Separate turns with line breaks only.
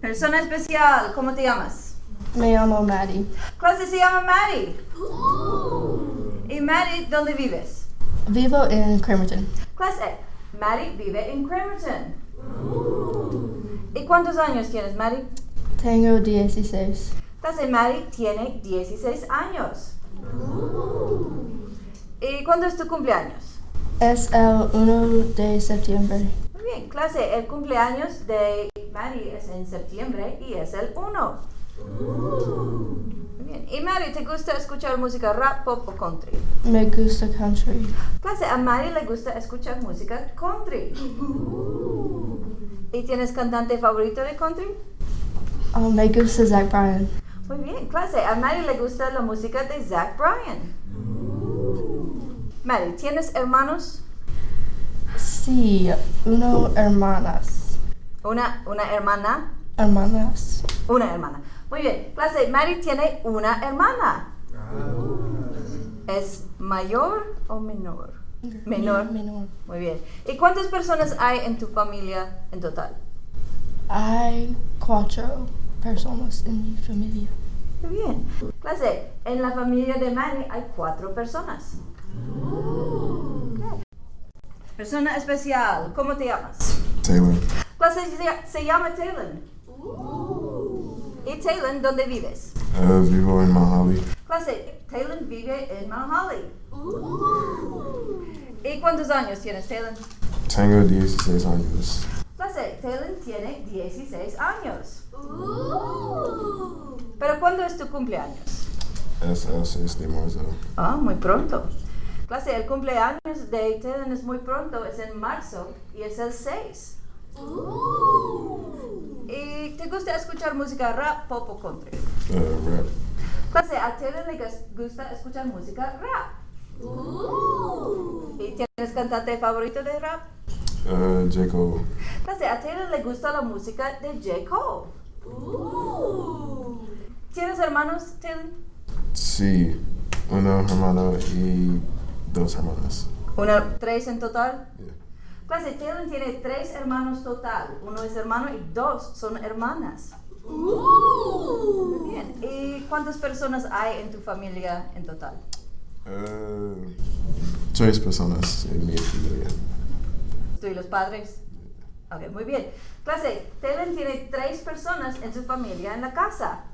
Persona especial, ¿cómo te llamas?
Me llamo Maddie.
Clase se llama Maddie. ¿Y Maddie, dónde vives?
Vivo en Cramerton.
Clase, Maddie vive en Cramerton. ¿Y cuántos años tienes, Maddie?
Tengo 16.
Clase, Maddie tiene 16 años. ¿Y cuándo es tu cumpleaños?
Es el 1 de septiembre.
Muy bien, clase, el cumpleaños de Maddie es en septiembre y es el 1. Muy bien. ¿Y Maddie, te gusta escuchar música rap, pop o country?
Me gusta country.
Clase, a Mari le gusta escuchar música country. ¿Y tienes cantante favorito de country?
Um, me gusta Zach Bryan.
Muy bien, clase, a Mari le gusta la música de Zach Bryan. Mari, ¿tienes hermanos?
Sí, uno hermanas.
Una, una hermana,
Hermanas.
una hermana. Muy bien, clase, Mari tiene una hermana. ¿Es mayor o menor? Menor.
Menor.
Muy bien. ¿Y cuántas personas hay en tu familia en total?
Hay cuatro personas en mi familia.
Muy bien. Clase, en la familia de Manny hay cuatro personas. Ok. Persona especial, ¿cómo te llamas?
Taylor,
Clase, se- se llama Taylor. ¿Y Taylor, dónde vives?
uh, vivo en Mojave.
Clase, Taylor vive en Mount Holly. ¿Y cuántos años tienes, Taylor?
Tengo 16 años.
Clase, Taylor tiene 16 años. ¿Pero cuándo es tu cumpleaños?
Es el 6 de marzo.
Ah, muy pronto. Clase, el cumpleaños de Taylor es muy pronto, es en marzo y es el 6. ¿Y te gusta escuchar música rap, pop o country?
Uh, rap.
Clase, a Taylor le gus- gusta escuchar música rap. ¿Y tienes cantante favorito de rap?
Uh, J. Cole.
Clase, a Taylor le gusta la música de J. Cole. ¿Tienes hermanos, Taylor?
Sí, uno hermano y dos hermanas.
Una, tres en total.
Yeah.
Clase, Taylor tiene tres hermanos total. Uno es hermano y dos son hermanas. Muy bien. ¿Y cuántas personas hay en tu familia en total?
Uh, tres personas en mi familia.
¿Tú y los padres? Ok, muy bien. Clase, Taylor tiene tres personas en su familia en la casa.